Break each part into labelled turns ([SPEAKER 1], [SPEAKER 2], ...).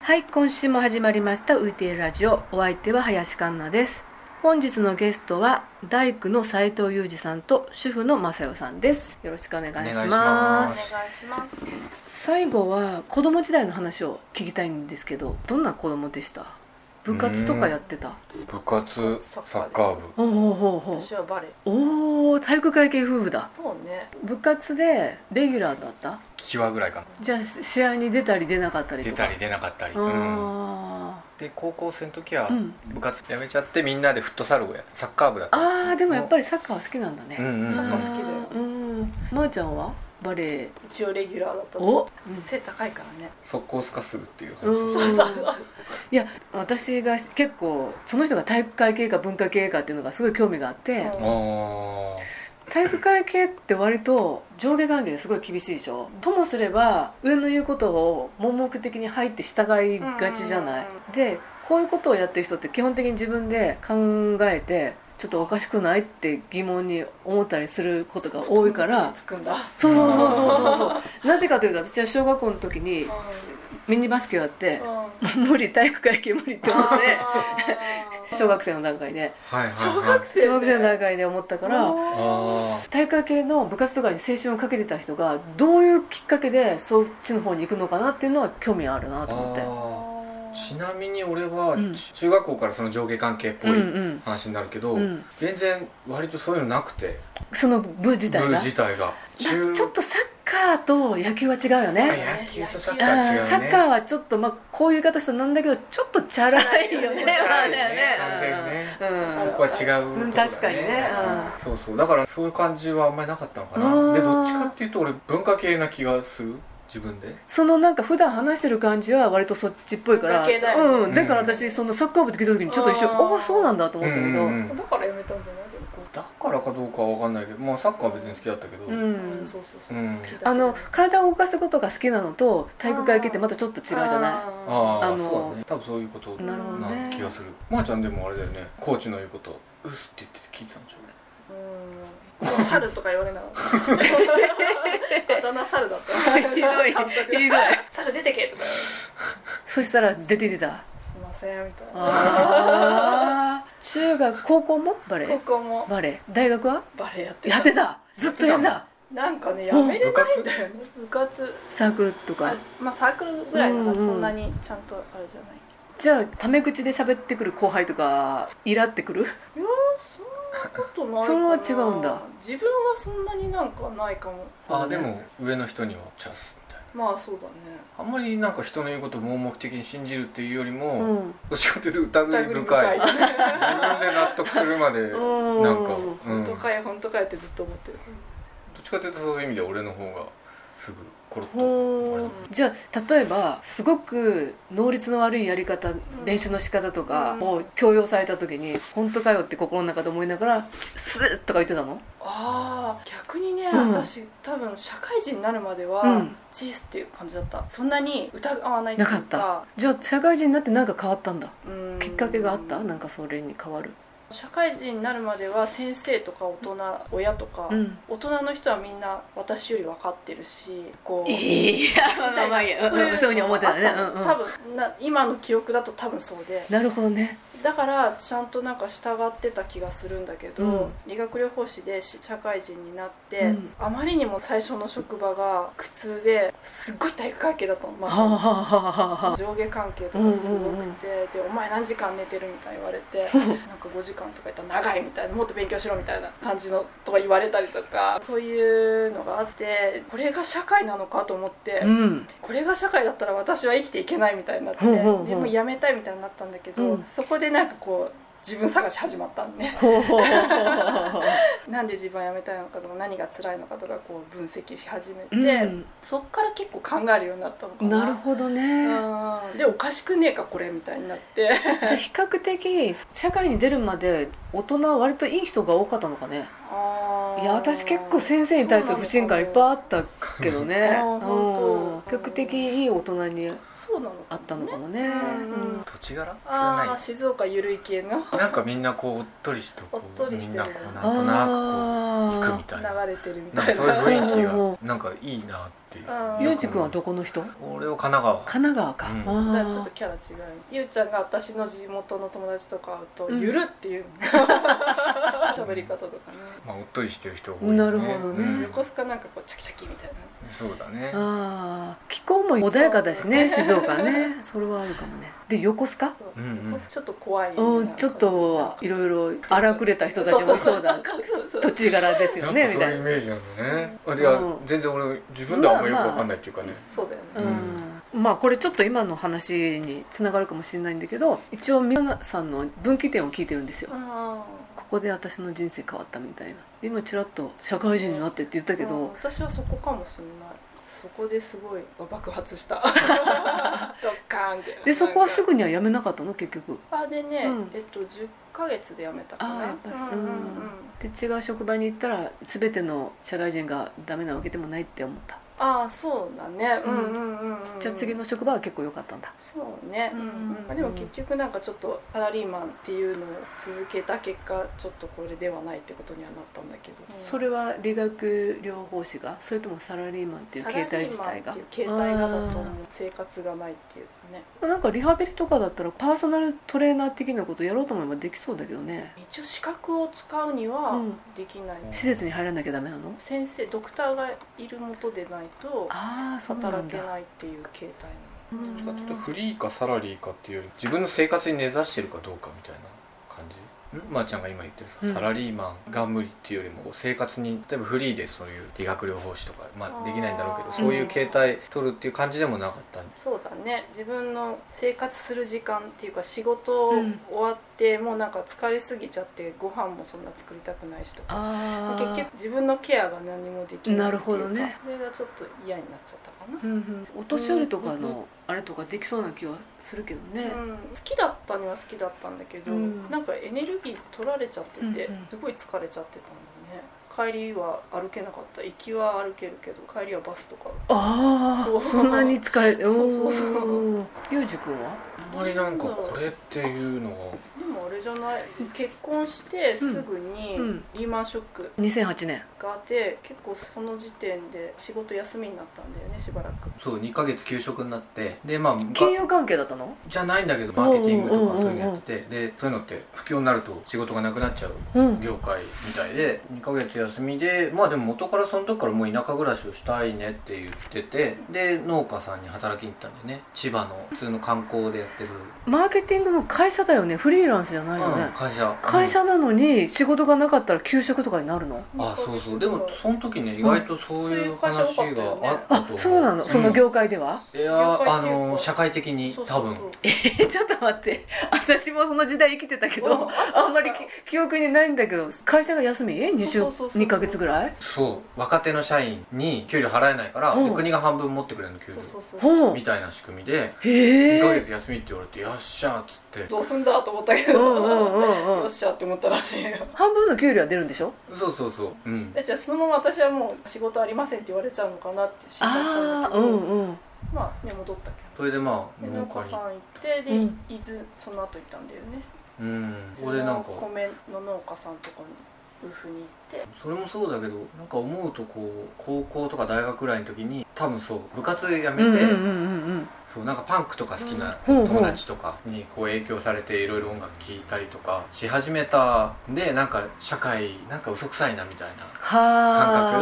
[SPEAKER 1] はい今週も始まりました浮いているラジオお相手は林環奈です本日のゲストは大工の斉藤裕二さんと主婦の正代さんですよろしくお願いします
[SPEAKER 2] お願いしま
[SPEAKER 3] お願
[SPEAKER 2] す
[SPEAKER 3] いします
[SPEAKER 1] 最後は子供時代の話を聞きたいんですけどどんな子供でした部活とかやってた
[SPEAKER 2] 部活サッカー部
[SPEAKER 1] おうおうおうおう
[SPEAKER 3] 私はバレエ
[SPEAKER 1] おお体育会系夫婦だ
[SPEAKER 3] そうね
[SPEAKER 1] 部活でレギュラーだった
[SPEAKER 2] 際ぐらいかな
[SPEAKER 1] じゃあ試合に出たり出なかったりと
[SPEAKER 2] 出
[SPEAKER 1] か
[SPEAKER 2] たり出なかったり、うん
[SPEAKER 1] あ
[SPEAKER 2] で高校生の時は
[SPEAKER 1] うん
[SPEAKER 2] 部活やめちゃってみんなでフットサルをやってサッカー部だっ
[SPEAKER 1] ー
[SPEAKER 2] た
[SPEAKER 1] あーでもやっぱりサッカーは好きなんだね、
[SPEAKER 2] うんうん
[SPEAKER 3] サッカー好きだよ
[SPEAKER 1] あーうんまー、ちゃんはバレエ
[SPEAKER 3] 一応レギュラーだと思う
[SPEAKER 1] お、
[SPEAKER 3] 背高いからね
[SPEAKER 2] 速攻すかするっていう
[SPEAKER 1] う
[SPEAKER 2] 話、
[SPEAKER 1] ん
[SPEAKER 3] そうそうそう
[SPEAKER 1] いや私が結構その人が体育会系か文化系かっていうのがすごい興味があって、
[SPEAKER 3] うん
[SPEAKER 2] あ
[SPEAKER 1] 体育会系って割と上下関係ですごい厳しいでしょともすれば上の言うことを盲目的に入って従いがちじゃない
[SPEAKER 3] うんうん
[SPEAKER 1] でこういうことをやってる人って基本的に自分で考えてちょっとおかしくないって疑問に思ったりすることが多いから
[SPEAKER 3] つくんだ
[SPEAKER 1] そうそうそうそうそうそうなぜかというと私は小学校の時にミニバスケをやって
[SPEAKER 3] うんうん
[SPEAKER 1] 無理体育会系無理って思って
[SPEAKER 3] あー
[SPEAKER 1] 小学生の段階で
[SPEAKER 2] ーはいはい、はい、
[SPEAKER 3] 小学生
[SPEAKER 1] 小学生の段階で思ったから
[SPEAKER 2] あ
[SPEAKER 1] 体育会系の部活とかに青春をかけてた人がどういうきっかけでそっちの方に行くのかなっていうのは興味あるなと思って
[SPEAKER 2] ーちなみに俺は、
[SPEAKER 1] うん
[SPEAKER 2] 中学校からその上下関係っぽ
[SPEAKER 1] うんう
[SPEAKER 2] い
[SPEAKER 1] ん
[SPEAKER 2] 話になるけど、
[SPEAKER 1] うん
[SPEAKER 2] 全然割とそういうのなくて
[SPEAKER 1] その部自体
[SPEAKER 2] 部
[SPEAKER 1] が
[SPEAKER 2] 自体が
[SPEAKER 1] なちょっとサッカーと野球は違うよ
[SPEAKER 2] あ
[SPEAKER 1] ね
[SPEAKER 2] 野球とサッ
[SPEAKER 1] う
[SPEAKER 2] カ
[SPEAKER 1] ん
[SPEAKER 2] ーは違うね
[SPEAKER 1] サッカーはちょっと、まあ、こういう言い方したらなんだけどちょっとチャラいよね
[SPEAKER 3] チャ
[SPEAKER 2] ラいよね
[SPEAKER 1] まあだよ
[SPEAKER 2] 完
[SPEAKER 1] うん
[SPEAKER 2] そこは違うとこだね、
[SPEAKER 1] うん確かにねうん
[SPEAKER 2] そうそうだからそういう感じはあんまりなかったのかなで
[SPEAKER 1] あー
[SPEAKER 2] どっちかっていうと俺文化系な気がする自分で
[SPEAKER 1] そのなんか普段話してる感じは割とそっちっぽいから、
[SPEAKER 3] 文化系だよね
[SPEAKER 1] うん、だから私そのサッカー部って聞いた時にちょっと一瞬
[SPEAKER 3] あー
[SPEAKER 1] ああそうなんだと思ったけど、
[SPEAKER 2] うんうんうん
[SPEAKER 3] だからやめたんじゃないでもこ
[SPEAKER 2] だからかどうかは分かんないけど、まあ、サッカーは別に好きだったけど、
[SPEAKER 1] う
[SPEAKER 3] ううんんそうそうそう
[SPEAKER 2] うん
[SPEAKER 3] 好きだけど
[SPEAKER 1] あの体を動かすことが好きなのと体育会系ってまたちょっと違うじゃない
[SPEAKER 2] あ
[SPEAKER 3] あ
[SPEAKER 2] あ、
[SPEAKER 1] あのー
[SPEAKER 2] そうだね多分そういうこと
[SPEAKER 1] なるほど
[SPEAKER 2] な
[SPEAKER 1] ね
[SPEAKER 2] 気がするまー、ちゃんでもあれだよねコーチの言うこと「うっす」って言ってて聞いてたんでしょ
[SPEAKER 3] ーうんもう猿とか言われなかったあだ名猿だった
[SPEAKER 1] ひどい
[SPEAKER 3] 監督が
[SPEAKER 1] ひどい
[SPEAKER 3] 猿出てけとか言われて
[SPEAKER 1] そしたら出て出た
[SPEAKER 3] すいませんみたいな
[SPEAKER 1] あー中学高校もバレエ
[SPEAKER 3] 高校も
[SPEAKER 1] バレエ大学は
[SPEAKER 3] バレエやって
[SPEAKER 1] や
[SPEAKER 3] た
[SPEAKER 1] ってたずっとやってた
[SPEAKER 3] なんかねやめれないんだよね部活
[SPEAKER 1] サークルとか
[SPEAKER 3] あまあサークルぐらいだから
[SPEAKER 1] うんうん
[SPEAKER 3] そんなにちゃんとあれじゃない
[SPEAKER 1] じゃあタメ口で喋ってくる後輩とかイラってくる
[SPEAKER 3] いや そんなことない
[SPEAKER 1] それは違うんだ
[SPEAKER 3] 自分はそんなになんかないかも
[SPEAKER 2] ああでも上の人にはチャンスみたいな
[SPEAKER 3] まあそうだね
[SPEAKER 2] あんまりなんか人の言うことを盲目的に信じるっていうより
[SPEAKER 1] う
[SPEAKER 2] も、
[SPEAKER 1] ん
[SPEAKER 2] どっちかっていうと疑り深い自分で納得するまでなん か、
[SPEAKER 1] うん
[SPEAKER 2] うん
[SPEAKER 3] 本当かよ本当かよってずっと思ってる
[SPEAKER 2] どっちかというとそういう意味で俺の方がすぐコロッとあれだ
[SPEAKER 1] ほうじゃあ例えばすごく能率の悪いやり方、練習の仕方とか
[SPEAKER 3] うん
[SPEAKER 1] を強要された時に「本当かよ」って心の中で思いながら「チッスッ」とか言ってたの
[SPEAKER 3] ああ逆にね、
[SPEAKER 1] うん
[SPEAKER 3] 私多分社会人になるまでは、
[SPEAKER 1] うん
[SPEAKER 3] チーズっていう感じだったそんなに疑わないっていう
[SPEAKER 1] なかじゃあ社会人になって何か変わったんだ
[SPEAKER 3] うん
[SPEAKER 1] きっかけがあったなんかそれに変わる
[SPEAKER 3] 社会人になるまでは先生とか大人親とか、
[SPEAKER 1] うん
[SPEAKER 3] 大人の人はみんな私より分かってるしこう
[SPEAKER 1] いやまあまあまあいいやそういうふうに思ってたね
[SPEAKER 3] あの
[SPEAKER 1] うんうん
[SPEAKER 3] 多分な今の記憶だと多分そうで
[SPEAKER 1] なるほどね
[SPEAKER 3] だからちゃんとなんか従ってた気がするんだけど、
[SPEAKER 1] うん
[SPEAKER 3] 理学療法士でし社会人になって、
[SPEAKER 1] うん
[SPEAKER 3] あまりにも最初の職場が苦痛ですっごい体育会系だったの、ま
[SPEAKER 1] は
[SPEAKER 3] あ
[SPEAKER 1] あはあはあはあ
[SPEAKER 3] 上下関係とかすごくて、でお前何時間寝てるみたいに言われてなんか5時間とか言ったら長いみたいなもっと勉強しろみたいな感じのとか言われたりとかそういうのがあってこれが社会なのかと思って、
[SPEAKER 1] うん
[SPEAKER 3] これが社会だったら私は生きていけないみたいになって、
[SPEAKER 1] ほうほうほう
[SPEAKER 3] でもう辞めたいみたいになったんだけど、
[SPEAKER 1] うん
[SPEAKER 3] そこでなんかこう自分探し始まったんで、 ね、
[SPEAKER 1] ほうほうほうほう
[SPEAKER 3] なんで自分は辞めたいのかとか何が辛いのかとかこう分析し始めて、
[SPEAKER 1] うん
[SPEAKER 3] そっから結構考えるようになったのかな
[SPEAKER 1] なるほどね
[SPEAKER 3] うんでおかしくねえかこれみたいになって
[SPEAKER 1] じゃあ比較的社会に出るまで大人は割といい人が多かったのかね
[SPEAKER 3] あー
[SPEAKER 1] いや私結構先生に対する不信感いっぱいあったけどね
[SPEAKER 3] あー
[SPEAKER 1] うん
[SPEAKER 3] 本当
[SPEAKER 1] 比較的いい大人に
[SPEAKER 3] そうなの
[SPEAKER 1] あったのか
[SPEAKER 3] ね
[SPEAKER 1] もね
[SPEAKER 3] うん
[SPEAKER 2] 土地柄それは
[SPEAKER 3] ああ静岡ゆるい系の
[SPEAKER 2] ないなんかみんなこうおっとりしてこ
[SPEAKER 3] おっ
[SPEAKER 2] う
[SPEAKER 3] とり
[SPEAKER 2] み
[SPEAKER 3] して
[SPEAKER 2] ん
[SPEAKER 3] る
[SPEAKER 2] なこう
[SPEAKER 1] あ
[SPEAKER 2] なんとなくこう行く
[SPEAKER 1] ー
[SPEAKER 2] みたいな
[SPEAKER 3] 流れてるみ
[SPEAKER 2] なん
[SPEAKER 3] た
[SPEAKER 2] か
[SPEAKER 3] い
[SPEAKER 2] そういう雰
[SPEAKER 3] な
[SPEAKER 2] 囲気
[SPEAKER 1] うんうん
[SPEAKER 2] がなんかいいなっていう
[SPEAKER 3] うん
[SPEAKER 1] ゆうじくんはどこの人
[SPEAKER 2] 俺は神奈川
[SPEAKER 1] 神奈川か、
[SPEAKER 2] う
[SPEAKER 3] だ
[SPEAKER 1] あ
[SPEAKER 3] からちょっと
[SPEAKER 1] ー
[SPEAKER 3] キャラ違うゆうちゃんが私の地元の友達とか会うと「
[SPEAKER 1] うん
[SPEAKER 3] ゆる」っ ていう喋り方とかね
[SPEAKER 2] まあおっとりしてる人多いよね
[SPEAKER 1] なるほどね
[SPEAKER 2] うん
[SPEAKER 3] 横須賀なんかこうチャキチャキみたいな
[SPEAKER 2] そうだね
[SPEAKER 1] あー気候も穏やかだし ね静岡ねそれはあるかもねで横須賀
[SPEAKER 3] そう
[SPEAKER 2] うんうん
[SPEAKER 3] ちょっと怖いみたいな
[SPEAKER 1] うんちょっといろいろ荒くれた人たちもいそうだ
[SPEAKER 3] そうそ
[SPEAKER 1] 土
[SPEAKER 3] う
[SPEAKER 1] 地柄です
[SPEAKER 2] や
[SPEAKER 1] よ
[SPEAKER 2] っぱそう
[SPEAKER 1] ねみた
[SPEAKER 2] いう
[SPEAKER 1] い
[SPEAKER 2] イ
[SPEAKER 1] な
[SPEAKER 2] メージなんだねあいや
[SPEAKER 1] うん
[SPEAKER 2] 全然俺自分ではあんまよくわかんないっていうかね
[SPEAKER 3] そうだよ
[SPEAKER 1] う
[SPEAKER 3] ね
[SPEAKER 1] んまあこれちょっと今の話につながるかもしれないんだけど一応皆さんの分岐点を聞いてるんですよ
[SPEAKER 3] あ
[SPEAKER 1] ここで私の人生変わったみたいな今ちらっと社会人になってって言った
[SPEAKER 3] だ
[SPEAKER 1] けど
[SPEAKER 3] 私はそこかもしれないそこですごい爆 発したドカーンって
[SPEAKER 1] でそこはす
[SPEAKER 3] ぐ
[SPEAKER 1] ぐには辞めなかったの結局
[SPEAKER 3] あでね、
[SPEAKER 1] うん
[SPEAKER 3] えっと10ヶ月で辞めたか
[SPEAKER 1] あー
[SPEAKER 3] な
[SPEAKER 1] やっぱり
[SPEAKER 3] うんうん
[SPEAKER 1] う
[SPEAKER 3] う
[SPEAKER 1] ん
[SPEAKER 3] ん
[SPEAKER 1] で違う職場に行ったら全ての社会人がダメなわけでもないって思った
[SPEAKER 3] ああそうだねうんうんうん、うん、
[SPEAKER 1] じゃあ次の職場は結構良かったんだ
[SPEAKER 3] そうね、
[SPEAKER 1] うん
[SPEAKER 3] まあ、でも結局なんかちょっとサラリーマンっていうのを続けた結果ちょっとこれではないってことにはなったんだけど、
[SPEAKER 1] それは理学療法士がそれともサラリーマンっていう形態自体が
[SPEAKER 3] サラリーマンっていう形態がだと思
[SPEAKER 1] あ
[SPEAKER 3] う生活がないっていうかね
[SPEAKER 1] ーなんかリハビリとかだったらパーソナルトレーナー的なことやろうと思えばできそうだけどね
[SPEAKER 3] 一応資格を使うには
[SPEAKER 1] うん
[SPEAKER 3] できない、
[SPEAKER 2] うん
[SPEAKER 1] 施設に入らなきゃダメなの
[SPEAKER 3] 先生ドクターがいるもとでないと
[SPEAKER 1] ああそうな
[SPEAKER 3] 働
[SPEAKER 1] ん
[SPEAKER 3] け
[SPEAKER 1] だ
[SPEAKER 3] ないっていう形態
[SPEAKER 1] うん
[SPEAKER 2] どっちかっていうとフリーかサラリーかっていうより自分の生活に根ざしてるかどうかみたいな感じんまー、ちゃんが今言ってるさ、
[SPEAKER 1] うん
[SPEAKER 2] サラリーマンが無理っていうよりもこう生活に例えばフリーでそういう理学療法士とか、まあ、できないんだろうけ
[SPEAKER 3] あ
[SPEAKER 2] ど
[SPEAKER 3] ー
[SPEAKER 2] そういう形態取るっていう感じでもなかったんで
[SPEAKER 3] そうだね自分の生活する時間っていうか仕
[SPEAKER 1] う
[SPEAKER 3] 事終
[SPEAKER 1] ん
[SPEAKER 3] わって、もうなんか疲れすぎちゃってご飯もそんな作りたくないしとか
[SPEAKER 1] ああ
[SPEAKER 3] 結局自分のケアが何もできな
[SPEAKER 1] な
[SPEAKER 3] いって
[SPEAKER 1] る
[SPEAKER 3] いうか
[SPEAKER 1] ほどね
[SPEAKER 3] それがちょっと嫌になっちゃったかな、
[SPEAKER 1] うんうん、お年寄りとかのあれとかできそうな気はするけどね、
[SPEAKER 3] うん、好きだったには好きだったんだけど、
[SPEAKER 1] うん
[SPEAKER 3] なんかエネルギー取られちゃってて、
[SPEAKER 1] うんうん
[SPEAKER 3] すごい疲れちゃってたんだよね帰りは歩けなかった行きは歩けるけど帰りはバスとか
[SPEAKER 1] あ
[SPEAKER 3] そう
[SPEAKER 1] あ そんなに疲れて
[SPEAKER 3] そうそうそう
[SPEAKER 1] おーゆうじくんは
[SPEAKER 2] あんまりなんかこれっていうのが
[SPEAKER 3] でもあれじゃない結婚してすぐ
[SPEAKER 1] うんう
[SPEAKER 3] に
[SPEAKER 1] ん
[SPEAKER 3] リーマンショック
[SPEAKER 1] 2008年
[SPEAKER 3] があって結構その時点で仕事休みになったんだよねしばらく
[SPEAKER 2] そう2ヶ月休職になってでまあが
[SPEAKER 1] 金融関係だったの
[SPEAKER 2] じゃないんだけどマーケティングと
[SPEAKER 1] うんうんうんう
[SPEAKER 2] か
[SPEAKER 1] ん
[SPEAKER 2] そういうのやっててでそういうのって不況になると仕事がなくなっちゃう
[SPEAKER 1] うん
[SPEAKER 2] 業界みたいで2ヶ月休みでまあでも元からその時からもう田舎暮らしをしたいねって言っててで農家さんに働きに行ったんでね千葉の普通の観光でやってる、
[SPEAKER 1] マーケティングの会社だよねフリーランスじゃないよね、
[SPEAKER 2] うん会社
[SPEAKER 1] 会、社なのに仕事がなかったら給食とかになるの
[SPEAKER 2] うんあそうそうでもその時ね意外とそういう話があった
[SPEAKER 1] あ
[SPEAKER 2] と思う
[SPEAKER 1] そうなの、その業界では
[SPEAKER 2] いや
[SPEAKER 3] 業界
[SPEAKER 2] あ
[SPEAKER 3] っていうか
[SPEAKER 2] の社会的に多分
[SPEAKER 1] えちょっと待って私もその時代生きてたけ
[SPEAKER 3] うん
[SPEAKER 1] どあんまりき記憶にないんだけど会社が休み2週
[SPEAKER 3] そうそうそうそう
[SPEAKER 1] 2ヶ月ぐらい
[SPEAKER 2] そう若手の社員に給料払えないから、
[SPEAKER 1] うん
[SPEAKER 2] で国が半分持ってくれるの給
[SPEAKER 3] そうそ
[SPEAKER 2] 料
[SPEAKER 3] うそうそう
[SPEAKER 1] ほう
[SPEAKER 2] みたいな仕組みで
[SPEAKER 1] へ
[SPEAKER 2] 2ヶ
[SPEAKER 1] え
[SPEAKER 2] 月休みって言われて「よっしゃ」っつって
[SPEAKER 3] どうすんだと思ったけ
[SPEAKER 1] うん
[SPEAKER 3] ど、
[SPEAKER 1] うんう
[SPEAKER 3] よ
[SPEAKER 1] んう
[SPEAKER 3] っ
[SPEAKER 1] ん
[SPEAKER 3] しゃって思ったらしいよ
[SPEAKER 1] 半分の給料は出るんでしょ
[SPEAKER 2] そうそうそううん
[SPEAKER 3] えじゃあそのまま私はもう仕事ありませんって言われちゃうのかなって心配したんだ
[SPEAKER 1] あ
[SPEAKER 3] け
[SPEAKER 1] あ
[SPEAKER 3] ど
[SPEAKER 1] うんうん
[SPEAKER 3] まあね戻ったけ
[SPEAKER 2] それでまあ
[SPEAKER 3] どで農
[SPEAKER 2] 農
[SPEAKER 3] 家
[SPEAKER 2] 家に
[SPEAKER 3] さん行ってで、
[SPEAKER 1] うん
[SPEAKER 3] 伊豆その後行ったんだよね
[SPEAKER 2] うんここでなんか
[SPEAKER 3] その米の農家さんとかに夫婦に行って
[SPEAKER 2] それもそうだけどなんか思うとこう高校とか大学ぐらいの時に多分そう部活辞めて、
[SPEAKER 1] うんうんうんうん
[SPEAKER 2] そうなんかパンクとか好きな
[SPEAKER 1] うん
[SPEAKER 2] 友達とかにこう影響されていろいろ音楽聴いたりとかし始めたんでなんか社会なんか嘘くさいなみたいな
[SPEAKER 1] はあ
[SPEAKER 2] 感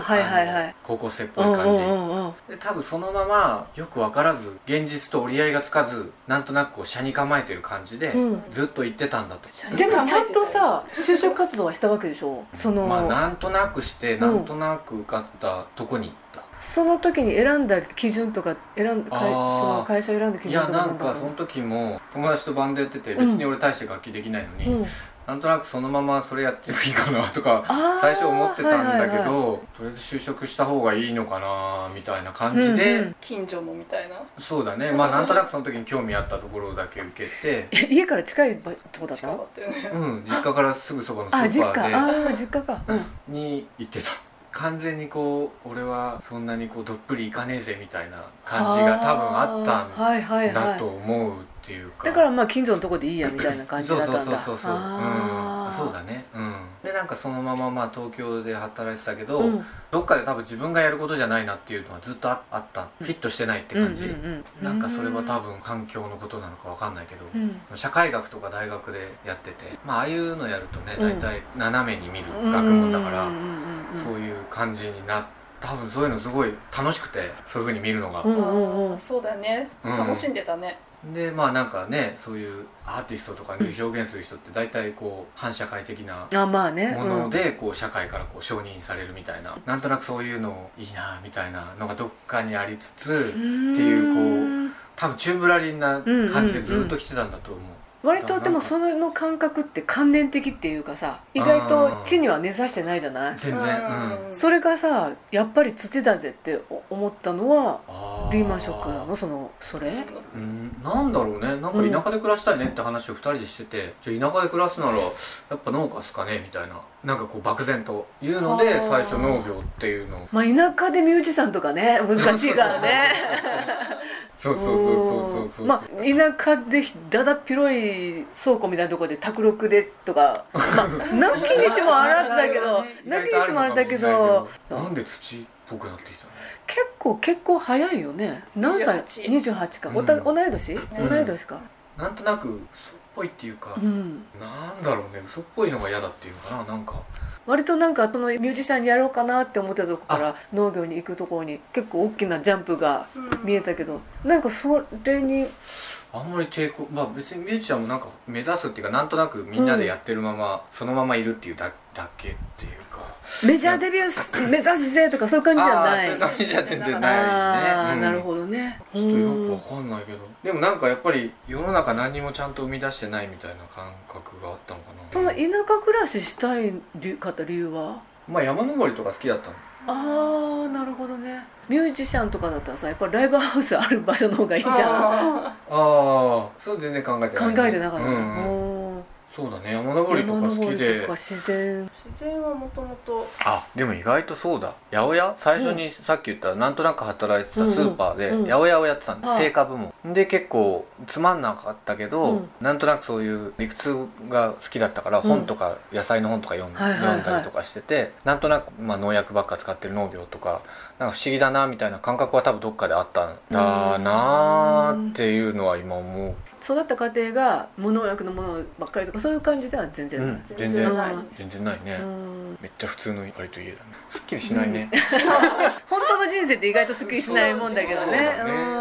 [SPEAKER 2] 覚
[SPEAKER 1] はいはいは
[SPEAKER 2] あの
[SPEAKER 1] い
[SPEAKER 2] 高校生っぽ
[SPEAKER 1] う
[SPEAKER 2] い
[SPEAKER 1] んう
[SPEAKER 2] 感じ、
[SPEAKER 1] んうんうん
[SPEAKER 2] で多分そのままよく分からず現実と折り合いがつかずなんとなくこう車に構えてる感じで、
[SPEAKER 1] うん
[SPEAKER 2] ずっと言ってたんだと
[SPEAKER 1] でもちゃんとさ就職活動はしたわけでしょその、
[SPEAKER 2] まあなんとなくして
[SPEAKER 1] ん
[SPEAKER 2] なんとなく受かったとこに行った、
[SPEAKER 1] その時に選んだ基準とか選んかいそ
[SPEAKER 2] あー
[SPEAKER 1] の会社選んだ基
[SPEAKER 2] い
[SPEAKER 1] 準
[SPEAKER 2] や
[SPEAKER 1] とか
[SPEAKER 2] なん
[SPEAKER 1] だろ
[SPEAKER 2] か
[SPEAKER 1] う
[SPEAKER 2] その時も友達とバンドやってて別に俺大して楽器できないのに、
[SPEAKER 1] うん
[SPEAKER 2] なんとなくそのままそれやってもいいかなとか
[SPEAKER 1] あー
[SPEAKER 2] 最初思ってたんだけ
[SPEAKER 1] はいはい
[SPEAKER 2] ど、
[SPEAKER 1] はい
[SPEAKER 2] とりあえず就職した方がいいのかなみたいな感じで、
[SPEAKER 1] うんうん
[SPEAKER 3] 近所のみたいな
[SPEAKER 2] そうだねまあなんとなくその時に興味あったところだけ受けて
[SPEAKER 1] え家から近いってことだっ
[SPEAKER 3] 近か
[SPEAKER 1] た
[SPEAKER 3] ったよね
[SPEAKER 2] うん実家からすぐそばのス
[SPEAKER 1] あ実
[SPEAKER 2] ー
[SPEAKER 1] 家
[SPEAKER 2] パ
[SPEAKER 1] あ
[SPEAKER 2] ー
[SPEAKER 1] あー実家か、うん、
[SPEAKER 2] でに行ってた完全にこう俺はそんなにこうどっぷりいかねえぜみたいな感じが多分あったんだ
[SPEAKER 1] ーはいはいはい
[SPEAKER 2] だと思うっていうか
[SPEAKER 1] だからまあ近所のとこでいいやみたいな感じだったんだ
[SPEAKER 2] そうそうそうそうそううん
[SPEAKER 1] あー
[SPEAKER 2] そうだねうんでなんかそのまままあ東京で働いてたけど、
[SPEAKER 1] うん
[SPEAKER 2] どっかで多分自分がやることじゃないなっていうのはずっとああった、
[SPEAKER 1] うん
[SPEAKER 2] フィットしてないって感じ、
[SPEAKER 1] うんうんうん、
[SPEAKER 2] なんかそれは多分環境のことなのかわかんないけど、
[SPEAKER 1] うん
[SPEAKER 2] 社会学とか大学でやってて、まあああいうのやるとね
[SPEAKER 1] うん
[SPEAKER 2] 大体斜めに見る学問だから、
[SPEAKER 1] うんうんうんうん
[SPEAKER 2] そういう感じになっ多分そういうのすごい楽しくてそういうふうに見るのが、
[SPEAKER 1] うんうんう
[SPEAKER 3] あー
[SPEAKER 1] ん
[SPEAKER 3] そうだね
[SPEAKER 2] うん
[SPEAKER 3] 楽しんでたね、
[SPEAKER 2] でまあなんかねそういうアーティストとかに表現する人って大体こう反社会的な
[SPEAKER 1] あまあね
[SPEAKER 2] ものでこう社会からこう承認されるみたいななんとなくそういうのいいなみたいなのがどっかにありつつ
[SPEAKER 1] ん
[SPEAKER 2] っていうこう
[SPEAKER 1] ーん
[SPEAKER 2] 多分チューブラリンな感じでずっと来てたんだと思う、
[SPEAKER 1] 割とでもその感覚って関連的っていうかさ意外と地には根ざしてないじゃない
[SPEAKER 2] 全然うん
[SPEAKER 1] それがさやっぱり土だぜって思ったのは
[SPEAKER 2] あ
[SPEAKER 1] リーマンショックなのそのそれ
[SPEAKER 2] うんなんだろうねなんか田舎で暮らしたいねって話を2人でしてて、じゃあ田舎で暮らすならやっぱ農家っすかねみたいななんかこう漠然というので
[SPEAKER 1] あー
[SPEAKER 2] 最初農業っていうのを
[SPEAKER 1] まあ田舎でミュージシャンとかね難しいからね
[SPEAKER 2] そうそうそうそうそうそう、
[SPEAKER 1] まあ田舎でだだっ広い倉庫みたいなところで宅録でとか、まあ、なきにしもあらずだけどなきにしもあらずだけど
[SPEAKER 2] なんで土っぽくなってきたの
[SPEAKER 1] 結構結構早いよね何歳
[SPEAKER 3] 28
[SPEAKER 1] 28かおた
[SPEAKER 2] うん
[SPEAKER 1] 同い年
[SPEAKER 3] うん
[SPEAKER 1] 同い年か
[SPEAKER 2] なんとなく嘘っぽいっていうか、
[SPEAKER 1] うん
[SPEAKER 2] なんだろうね嘘っぽいのが嫌だっていうのかななんか
[SPEAKER 1] 割となんかそのミュージシャンにやろうかなって思ってたとこから農業に行くところに結構大きなジャンプが見えたけどなんかそれに
[SPEAKER 2] あんまり抵抗まあ別にミュージシャンもなんか目指すっていうかなんとなくみんなでやってるまま、そのままいるっていうだだけっていうか
[SPEAKER 1] メジャーデビューす 目指すぜとかそういう感じじゃ
[SPEAKER 2] ああ
[SPEAKER 1] ない
[SPEAKER 2] ーそういう感じじゃ全然
[SPEAKER 1] あ
[SPEAKER 2] な
[SPEAKER 1] あ
[SPEAKER 2] いね、うん
[SPEAKER 1] なるほどね
[SPEAKER 2] ちょっとよくわかんないけどでもなんかやっぱり世の中何にもちゃんと生み出してないみたいな感覚があったのかな
[SPEAKER 1] その田舎暮らししたい理かった理由は
[SPEAKER 2] まあ山登りとか好きだったの
[SPEAKER 1] ああなるほどねミュージシャンとかだったらさやっぱライブハウスある場所の方がいいじゃん
[SPEAKER 3] あ
[SPEAKER 2] ああそう全然考えて
[SPEAKER 1] 考
[SPEAKER 2] ない、
[SPEAKER 1] えてなかった、
[SPEAKER 2] うんうん
[SPEAKER 1] おー
[SPEAKER 2] そうだね山登りとか好き
[SPEAKER 1] 山登り
[SPEAKER 2] で
[SPEAKER 1] とか自然
[SPEAKER 3] ー自然はもともと
[SPEAKER 2] あでも意外とそうだ八百屋最初にさっき言った、なんとなく働いてたスーパーで
[SPEAKER 1] うんうん
[SPEAKER 2] 八百屋をやってたんで
[SPEAKER 1] はい
[SPEAKER 2] 成果部門で結構つまんなかったけど、
[SPEAKER 1] うん
[SPEAKER 2] なんとなくそういう理屈が好きだったから
[SPEAKER 1] うん
[SPEAKER 2] 本とか野菜の本とか読ん,、
[SPEAKER 1] はいはいはい
[SPEAKER 2] 読んだりとかしててなんとなく、まあ、農薬ばっか使ってる農業とかなんか不思議だなみたいな感覚は多分どっかであったんだなーっていうのは今思う、
[SPEAKER 1] 育った家庭が無農薬のものばっかりとかそういう感じでは全然
[SPEAKER 2] う
[SPEAKER 1] ない、
[SPEAKER 2] ん、全
[SPEAKER 3] 全
[SPEAKER 2] 然
[SPEAKER 3] 然
[SPEAKER 1] ない
[SPEAKER 2] 全然ないね、
[SPEAKER 1] うん
[SPEAKER 2] めっちゃ普通の割と家だねすっきりしないね、
[SPEAKER 1] 本当の人生って意外とすっきりしないもんだけどね
[SPEAKER 2] そうだね
[SPEAKER 1] う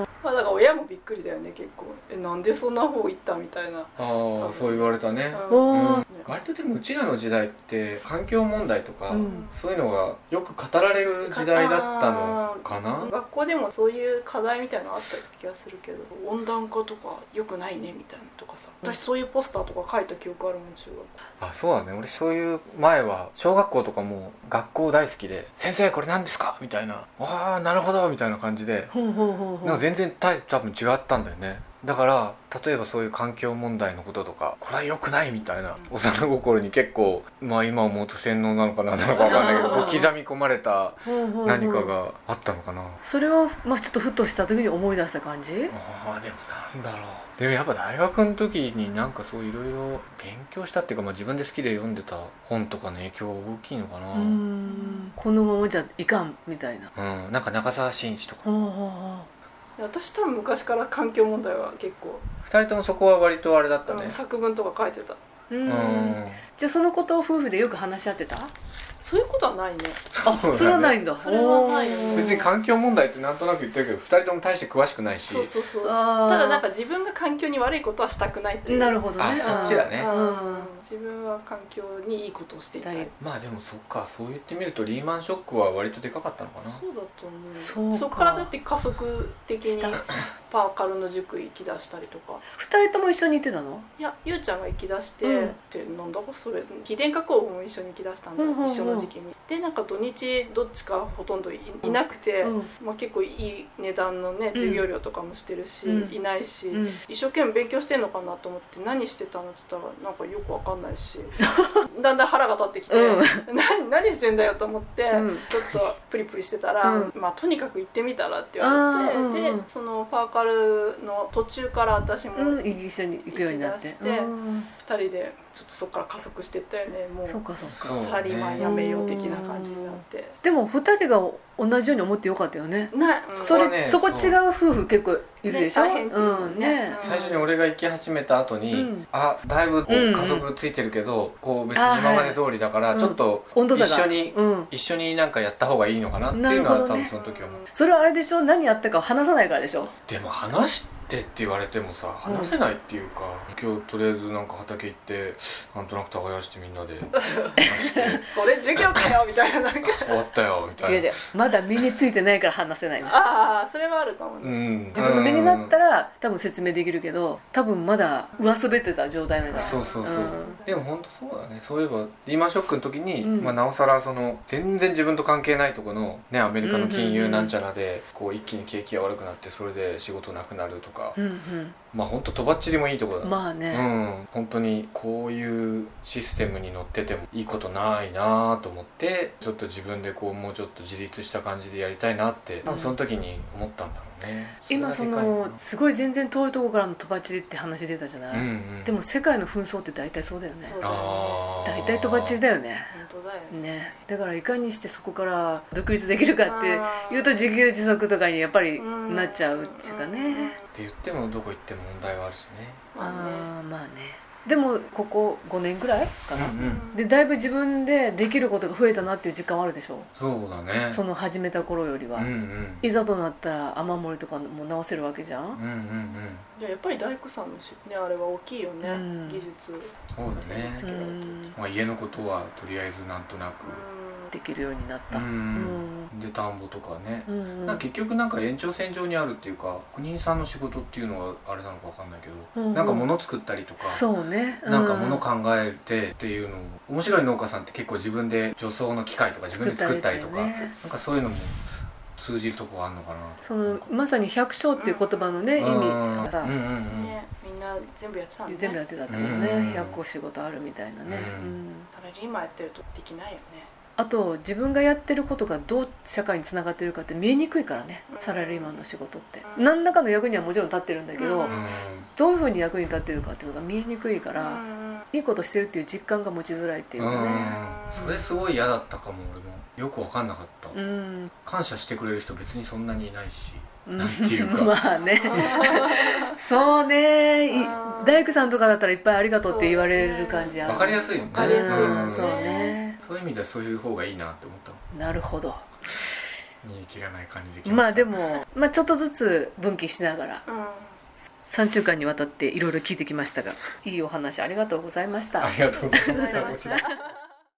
[SPEAKER 1] ん
[SPEAKER 3] まあだから親もびっくりだよね結構えなんでそんな方行ったみたいな、
[SPEAKER 2] ああそう言われたね、
[SPEAKER 3] うん
[SPEAKER 1] おー
[SPEAKER 2] うん割とでもうちらの時代って環境問題とか、
[SPEAKER 1] うん
[SPEAKER 2] そういうのがよく語られる時代だったのかな
[SPEAKER 3] 学校でもそういう課題みたいなのあった気がするけど温暖化とか良くないねみたいなのとかさ私そういうポスターとか書いた記憶あるもん中
[SPEAKER 2] あそうだね俺そういう前は小学校とかも学校大好きで「先生これ何ですか?」みたいな「ああなるほど」みたいな感じで
[SPEAKER 1] ほうほうほうほう
[SPEAKER 2] なんか全然タイプ多分違ったんだよねだから例えばそういう環境問題のこととかこれは良くないみたいな幼心に結構まあ今思うと洗脳なのかななのか分かんないけどこう刻み込まれた
[SPEAKER 1] ほうほうほう
[SPEAKER 2] 何かがあったのかな
[SPEAKER 1] それを、まあ、ちょっとふとした時に思い出した感じ
[SPEAKER 2] ああでもなんだろうでもやっぱ大学の時になんかそういろいろ勉強したっていうか、まあ、自分で好きで読んでた本とかの影響は大きいのかな
[SPEAKER 1] う
[SPEAKER 2] うん、
[SPEAKER 1] んこのままじゃいかんみたいな
[SPEAKER 2] なんか中澤慎一とか
[SPEAKER 1] ほうほうほう
[SPEAKER 3] 学私多分昔から環境問題は結構、
[SPEAKER 2] 二人ともそこは割とあれだった
[SPEAKER 3] う
[SPEAKER 2] ね
[SPEAKER 3] ん作文とか書いてた
[SPEAKER 1] う
[SPEAKER 2] うんん
[SPEAKER 1] じゃあそのことを夫婦でよく話し合ってた
[SPEAKER 3] そういうことはないね
[SPEAKER 1] あ
[SPEAKER 2] そうだね
[SPEAKER 1] それはないんだ
[SPEAKER 3] それはないよね
[SPEAKER 1] おー
[SPEAKER 2] 別に環境問題ってなんとなく言ってるけど2人とも大して詳しくないし
[SPEAKER 3] そうそうそう
[SPEAKER 1] あー
[SPEAKER 3] ただなんか自分が環境に悪いことはしたくないっていう
[SPEAKER 1] なるほどね
[SPEAKER 2] あそっちだね
[SPEAKER 1] あー
[SPEAKER 3] うん
[SPEAKER 1] うん
[SPEAKER 3] 自分は環境にいいことをしていたい
[SPEAKER 1] したい
[SPEAKER 2] まあでもそっかそう言ってみるとリーマンショックは割とでかかったのかな
[SPEAKER 3] そうだと
[SPEAKER 1] そう
[SPEAKER 3] 思
[SPEAKER 1] か
[SPEAKER 3] うそこからだって加速的
[SPEAKER 1] した
[SPEAKER 3] にパーカルの塾行きだしたりとか
[SPEAKER 1] 二人とも一緒に行ってたの
[SPEAKER 3] いやゆうちゃんが行きだして、
[SPEAKER 1] うん
[SPEAKER 3] でなんだかそれ非電化工房も一緒に行きだしたんだ、
[SPEAKER 1] うんうんうん
[SPEAKER 3] 一緒の時期にでなんか土日どっちかほとんどいいなくて、
[SPEAKER 1] うん
[SPEAKER 3] まあ、結構いい値段のね授業料とかもしてるし、
[SPEAKER 1] うん
[SPEAKER 3] いないし、
[SPEAKER 1] うん
[SPEAKER 3] 一生懸命勉強してんのかなと思って何してたのって言ったらなんかよくわかんな いしだんだん腹が立ってきて、何何してんだよと思って、
[SPEAKER 1] うん
[SPEAKER 3] ちょっとプリプリしてたら、
[SPEAKER 1] うん
[SPEAKER 3] まあ、とにかく行ってみたらって言われて、
[SPEAKER 1] あーうんうん
[SPEAKER 3] でそのパーカルの途中から私も
[SPEAKER 1] うん
[SPEAKER 3] 2
[SPEAKER 1] 一緒に行くようになって
[SPEAKER 3] 行き出して
[SPEAKER 1] うん
[SPEAKER 3] 人でちょっとそこから加速してったよねもう
[SPEAKER 1] そうかそうか
[SPEAKER 2] そう
[SPEAKER 3] サラリーマン辞めよう的な感じになって。
[SPEAKER 1] でも二人が同じように思ってよかったよね
[SPEAKER 3] な
[SPEAKER 1] そ
[SPEAKER 2] ここは
[SPEAKER 1] れ
[SPEAKER 2] ね
[SPEAKER 1] そこ違う夫婦結構いるでしょ
[SPEAKER 3] ね大変っていう
[SPEAKER 1] う
[SPEAKER 3] の
[SPEAKER 1] ん
[SPEAKER 3] ね
[SPEAKER 1] ね
[SPEAKER 3] うん
[SPEAKER 2] 最初に俺が行き始めた後に、
[SPEAKER 1] うん
[SPEAKER 2] あだいぶこう
[SPEAKER 1] うんうん
[SPEAKER 2] 加速ついてるけど、こう別に
[SPEAKER 1] あー
[SPEAKER 2] 今まで通りだから
[SPEAKER 1] はい
[SPEAKER 2] ちょっと
[SPEAKER 1] 温度差が
[SPEAKER 2] 一緒に
[SPEAKER 1] うん
[SPEAKER 2] 一緒になんかやった方がいいのかなっていうの
[SPEAKER 1] な
[SPEAKER 2] は、
[SPEAKER 1] るほど
[SPEAKER 2] 多
[SPEAKER 1] ね
[SPEAKER 2] 分その時は思う
[SPEAKER 1] それはあれでしょ何やったか話さないからでしょ
[SPEAKER 2] でも話してって言われてもさ
[SPEAKER 1] うん
[SPEAKER 2] 話せないっていうか、今日とりあえずなんか畑行ってなんとなく耕してみんな で話して
[SPEAKER 3] それ授業かよみたいななんか
[SPEAKER 2] 終わったよみた
[SPEAKER 1] 違う
[SPEAKER 2] い
[SPEAKER 1] 違
[SPEAKER 2] な
[SPEAKER 1] うまだ身についてないから話せないの
[SPEAKER 3] ああそれはあるかも
[SPEAKER 2] う
[SPEAKER 3] ね、
[SPEAKER 2] ん
[SPEAKER 1] 自分の身になった
[SPEAKER 2] ら
[SPEAKER 1] ら多分説明できるけど多分まだ上滑ってた状態なんだ
[SPEAKER 2] そうそうそう、
[SPEAKER 1] うん
[SPEAKER 2] でも本当そうだねそういえばリーマンショックの時に、
[SPEAKER 1] うん
[SPEAKER 2] まあ、なおさらその全然自分と関係ないとこの、ね、アメリカの
[SPEAKER 1] うん
[SPEAKER 2] 金
[SPEAKER 1] うんう
[SPEAKER 2] 融
[SPEAKER 1] ん
[SPEAKER 2] なんちゃらで、こう一気に景気が悪くなってそれで仕事なくなるとか、
[SPEAKER 1] うん
[SPEAKER 2] まあ本当とばっちりもいいとこだ
[SPEAKER 1] う
[SPEAKER 2] な、
[SPEAKER 1] んまあ
[SPEAKER 2] う
[SPEAKER 1] ね
[SPEAKER 2] ん、本当にこういうシステムに乗っててもいいことないなと思ってちょっと自分でこうもうちょっと自立した感じでやりたいなって多分その時に思ったんだろうね、
[SPEAKER 1] 今そ
[SPEAKER 2] れがでかい
[SPEAKER 1] のすごい全然遠いところからの飛ばちりって話出たじゃ
[SPEAKER 2] な
[SPEAKER 1] な
[SPEAKER 2] う
[SPEAKER 1] い
[SPEAKER 2] んうん
[SPEAKER 1] でも世界の紛争って大体そうだよね
[SPEAKER 3] そうだね
[SPEAKER 2] あー
[SPEAKER 1] 大体飛ばちりだよね
[SPEAKER 3] 本当だよね
[SPEAKER 1] ねだからいかにしてそこから独立できるかって
[SPEAKER 3] あー
[SPEAKER 1] 言うと自給自足とかにやっぱり
[SPEAKER 3] うん
[SPEAKER 1] なっちゃうっていうか
[SPEAKER 3] うんうんうん
[SPEAKER 1] ね
[SPEAKER 2] って言ってもどこ行っても問題はあるしね
[SPEAKER 1] あ
[SPEAKER 3] ま
[SPEAKER 1] ーまあねでもここ5年ぐらいかな、
[SPEAKER 2] うん
[SPEAKER 3] あ
[SPEAKER 2] う
[SPEAKER 3] ね
[SPEAKER 2] ん
[SPEAKER 1] でだいぶ自分でできることが増えたなっていう実感はあるでしょ
[SPEAKER 2] そうだね
[SPEAKER 1] その始めた頃よりは、
[SPEAKER 2] うんうん
[SPEAKER 1] いざとなったら雨漏りとかも直せるわけじゃ
[SPEAKER 2] うん
[SPEAKER 1] ん、
[SPEAKER 2] うんうん
[SPEAKER 3] でやっぱり大工さんのしねあれは大きいよね、
[SPEAKER 1] うん
[SPEAKER 3] 技術うん
[SPEAKER 2] そうだね
[SPEAKER 1] う、ん、
[SPEAKER 2] まあ、家のことはとりあえずなんとなく
[SPEAKER 1] できるようになっ
[SPEAKER 2] う
[SPEAKER 1] たうん
[SPEAKER 2] ん、で田んぼとかね、
[SPEAKER 1] うん
[SPEAKER 2] なんか結局なんか延長線上にあるっていうか国井さんの仕事っていうのはあれなのか分かんないけど、
[SPEAKER 1] うんうん
[SPEAKER 2] なんか物作ったりとか
[SPEAKER 1] そうね
[SPEAKER 2] なんか物考えてっていうのも面白い農家さんって結構自分で除草の機械とか自分で作ったりとか
[SPEAKER 1] 作ったりとかね
[SPEAKER 2] なんかそういうのも通じるとこがあるのかな
[SPEAKER 1] そのまさに百姓っていう言葉のね、
[SPEAKER 2] うん
[SPEAKER 1] 意味がさ
[SPEAKER 2] うん、うんうん
[SPEAKER 3] ねみんな全部やってたんだね
[SPEAKER 1] 全部やってたってことね、
[SPEAKER 2] うん
[SPEAKER 1] 100個仕事あるみたいなね、
[SPEAKER 2] うん
[SPEAKER 1] うん
[SPEAKER 3] サラリーマンやってるとできないよね
[SPEAKER 1] あと自分がやってることがどう社会につながってるかって見えにくいからね
[SPEAKER 3] うん
[SPEAKER 1] サラリーマンの仕事って
[SPEAKER 3] うん
[SPEAKER 1] 何らかの役にはもちろん立ってるんだけど、
[SPEAKER 3] うん
[SPEAKER 1] どういうふうに役に立ってるかっていうのが見えにくいか
[SPEAKER 3] う
[SPEAKER 1] ら、
[SPEAKER 3] ん
[SPEAKER 1] いいことしてるっていう実感が持ちづらいっていう
[SPEAKER 2] うんう
[SPEAKER 1] か
[SPEAKER 2] ん
[SPEAKER 1] ね
[SPEAKER 2] それすごい嫌だったかも俺もよく分かんなかった、
[SPEAKER 1] うん、
[SPEAKER 2] 感謝してくれる人別にそんなにいないし
[SPEAKER 1] うん
[SPEAKER 2] なんていう か
[SPEAKER 1] まあねそうねい
[SPEAKER 3] あー
[SPEAKER 1] 大工さんとかだったらいっぱいありがとうって言われる感じある
[SPEAKER 2] 分かりやすいよね
[SPEAKER 3] わかりやすいよ
[SPEAKER 1] うん
[SPEAKER 3] ね
[SPEAKER 1] そうね
[SPEAKER 2] そういう意味ではそういう方がいいなって思ったの
[SPEAKER 1] なるほど
[SPEAKER 2] 煮え切らない感じで来
[SPEAKER 1] まあ
[SPEAKER 2] した
[SPEAKER 1] でも、まあ、ちょっとずつ分岐しながら
[SPEAKER 3] うん
[SPEAKER 1] 3週間にわたっていろいろ聞いてきましたがいいお話ありがとうございました
[SPEAKER 2] ありがとうございま
[SPEAKER 3] ありがとうござい
[SPEAKER 2] す
[SPEAKER 3] ました